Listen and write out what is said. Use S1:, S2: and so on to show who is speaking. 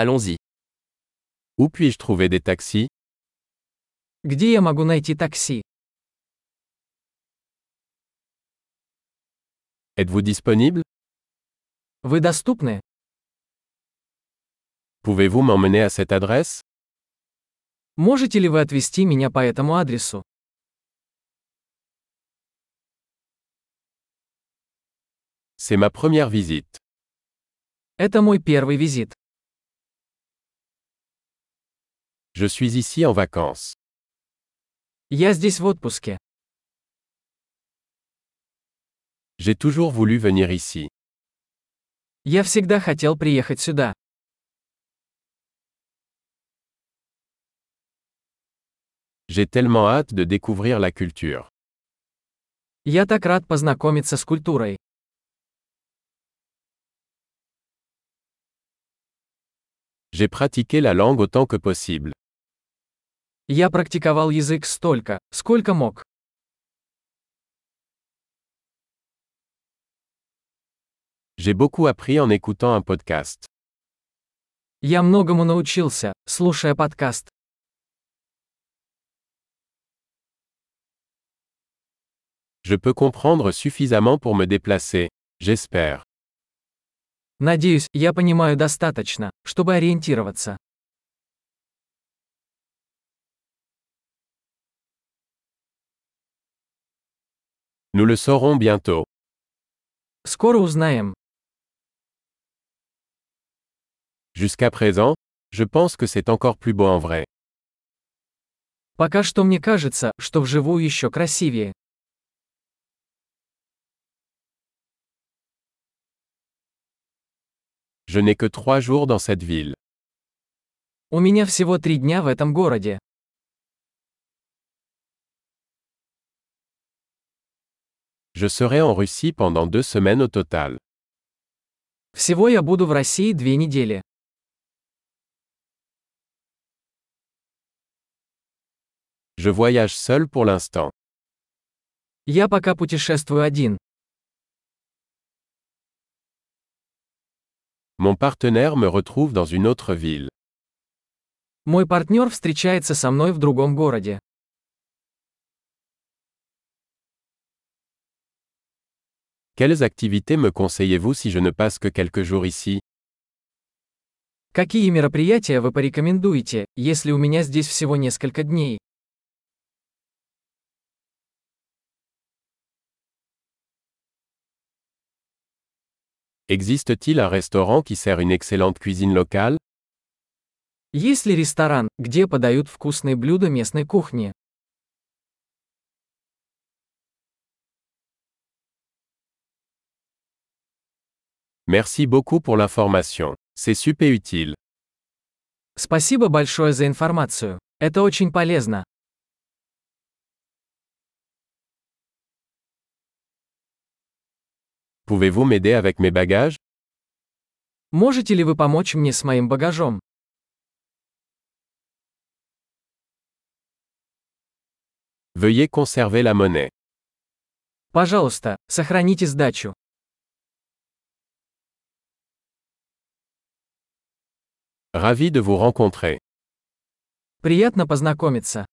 S1: Allons-y. Où puis-je trouver des taxis
S2: Где я могу найти такси?
S1: Êtes-vous disponible
S2: Вы доступны?
S1: Pouvez-vous m'emmener à cette adresse
S2: Можете ли вы отвезти меня по этому адресу?
S1: C'est ma première visite.
S2: Это мой первый визит.
S1: Je suis ici en vacances.
S2: Я здесь в отпуске.
S1: J'ai toujours voulu venir ici.
S2: Я всегда хотел приехать сюда.
S1: J'ai tellement hâte de découvrir la culture.
S2: Я так рад познакомиться с культурой.
S1: J'ai pratiqué la langue autant que possible.
S2: Я практиковал язык столько, сколько мог.
S1: J'ai beaucoup appris en écoutant un podcast.
S2: Я многому научился, слушая подкаст.
S1: Je peux comprendre suffisamment pour me déplacer, j'espère.
S2: Надеюсь, я понимаю достаточно, чтобы ориентироваться.
S1: Nous le saurons bientôt.
S2: Скоро узнаем.
S1: Jusqu'à présent, je pense que c'est encore plus beau en vrai.
S2: Пока что мне кажется, что вживую еще красивее.
S1: Je n'ai que trois jours dans cette ville.
S2: У меня всего три дня в этом городе.
S1: Je serai en Russie pendant deux semaines au total.
S2: Всего я буду в России две недели.
S1: Je voyage seul pour l'instant.
S2: Я пока путешествую один.
S1: Mon partenaire me retrouve dans une autre ville.
S2: Мой партнер встречается со мной в другом городе.
S1: Quelles activités me conseillez-vous si je ne passe que quelques jours ici
S2: Какие мероприятия вы порекомендуете, если у меня здесь всего несколько дней?
S1: Existe-t-il un restaurant qui sert une excellente cuisine locale
S2: Есть ли ресторан, где подают вкусные блюда местной кухни?
S1: Merci beaucoup pour l'information. C'est super utile.
S2: Спасибо большое за информацию. Это очень полезно.
S1: Pouvez-vous m'aider avec mes bagages
S2: Можете ли вы помочь мне с моим багажом?
S1: Veuillez conserver la monnaie.
S2: Пожалуйста, сохраните сдачу.
S1: Ravi de vous rencontrer.
S2: Приятно познакомиться.